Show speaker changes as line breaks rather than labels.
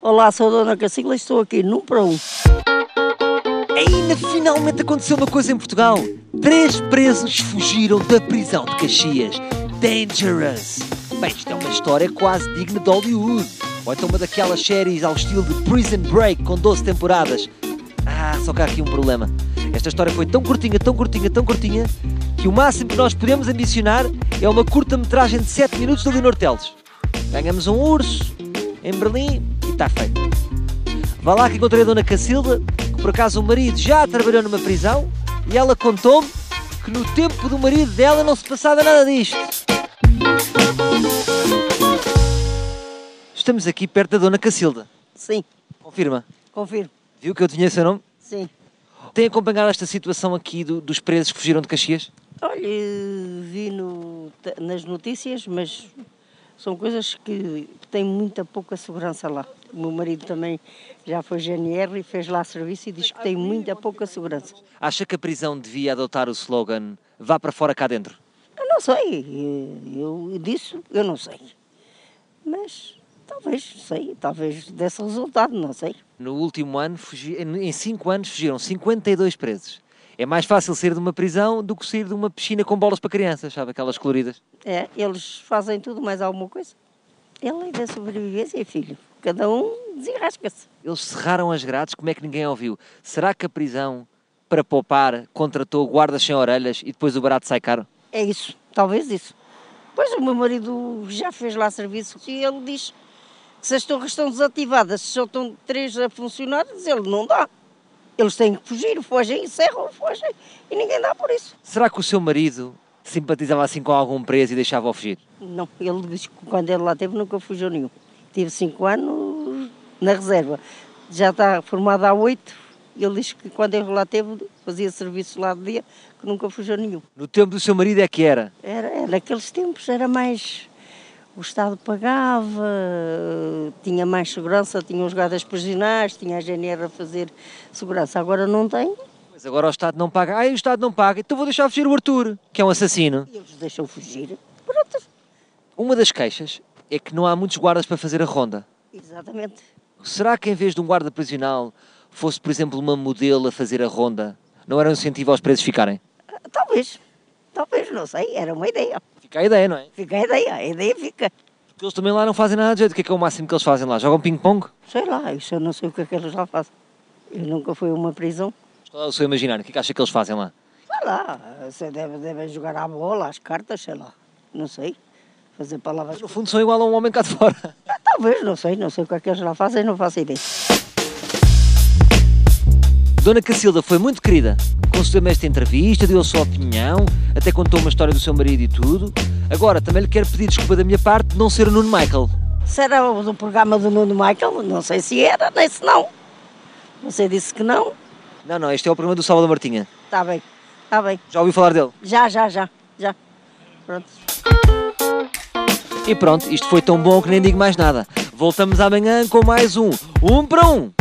Olá, sou a Dona Cacila e estou aqui no para um.
Ainda finalmente aconteceu uma coisa em Portugal. Três presos fugiram da prisão de Caxias. Dangerous. Bem, isto é uma história quase digna de Hollywood. Ou então uma daquelas séries ao estilo de Prison Break com 12 temporadas. Ah, só que há aqui um problema. Esta história foi tão curtinha, tão curtinha, tão curtinha, que o máximo que nós podemos ambicionar é uma curta-metragem de 7 minutos de Leonor Teles. Ganhamos um urso em Berlim e está feito. Vá lá que encontrei a Dona Cacilda, que por acaso o marido já trabalhou numa prisão, e ela contou-me que no tempo do marido dela não se passava nada disto. Estamos aqui perto da Dona Cacilda.
Sim,
Confirma.
confirmo.
Viu que eu tinha seu nome?
Sim.
Tem acompanhado esta situação aqui do- dos presos que fugiram de Caxias?
Olha, vi no- te- nas notícias, mas são coisas que têm muita pouca segurança lá. O meu marido também já foi GNR e fez lá serviço e diz que tem muita pouca segurança.
Acha que a prisão devia adotar o slogan Vá para fora cá dentro?
Eu não sei, eh, eu disso eu não sei. Mas talvez, sei, talvez desse resultado, não sei.
No último ano, fugi- em 5 anos, fugiram 52 presos. É mais fácil sair de uma prisão do que sair de uma piscina com bolas para crianças, sabe? Aquelas coloridas.
É, eles fazem tudo mais alguma coisa. É lei da sobrevivência, é filho. Cada um desenrasca-se.
Eles cerraram as grades, como é que ninguém ouviu? Será que a prisão, para poupar, contratou guardas sem orelhas e depois o barato sai caro?
É isso, talvez isso. Pois o meu marido já fez lá serviço e ele diz que se as torres estão desativadas, se só estão três a funcionar, diz ele não dá. Eles têm que fugir, fogem, encerram, fogem e ninguém dá por isso.
Será que o seu marido simpatizava assim com algum preso e deixava-o fugir?
Não, ele diz que quando ele lá teve nunca fugiu nenhum. Teve cinco anos na reserva. Já está formado há oito. Ele diz que quando ele lá teve, fazia serviço lá de dia, que nunca fugiu nenhum.
No tempo do seu marido é que era.
Era, era, naqueles tempos era mais. O Estado pagava, tinha mais segurança, tinha os guardas prisionais, tinha a GNR a fazer segurança. Agora não tem.
Mas agora o Estado não paga. Ai, o Estado não paga, então vou deixar fugir o Arthur, que é um assassino.
E eles deixam fugir. Pronto.
Uma das queixas é que não há muitos guardas para fazer a ronda.
Exatamente.
Será que em vez de um guarda prisional fosse, por exemplo, uma modelo a fazer a ronda? Não era um incentivo aos presos ficarem?
Ah, Talvez. Talvez, não sei. Era uma ideia.
Fica a ideia, não é?
Fica a ideia. A ideia fica.
Porque eles também lá não fazem nada de jeito. O que é que é o máximo que eles fazem lá? Jogam ping-pong?
Sei lá, isso eu não sei o que é que eles lá fazem. Eu nunca fui a uma prisão.
Estou ao seu imaginário. O que é que acha que eles fazem lá?
Sei lá, se deve- devem jogar à bola, às cartas, sei lá. Não sei. Fazer palavras.
No fundo, são igual a um homem cá de fora.
Ah, Talvez, não sei, não sei o que é que eles lá fazem, não faço ideia.
Dona Cacilda foi muito querida. Concedeu-me esta entrevista, deu a sua opinião, até contou uma história do seu marido e tudo. Agora, também lhe quero pedir desculpa da minha parte de não ser o Nuno Michael.
Se era o do programa do Nuno Michael, não sei se era, nem se não. Você disse que não,
Não, não, este é o programa do Salvador Martinha.
está bem, está bem.
Já ouviu falar dele?
Já, já, já, já. Pronto.
E pronto, isto foi tão bom que nem digo mais nada. Voltamos amanhã com mais um. Um para um!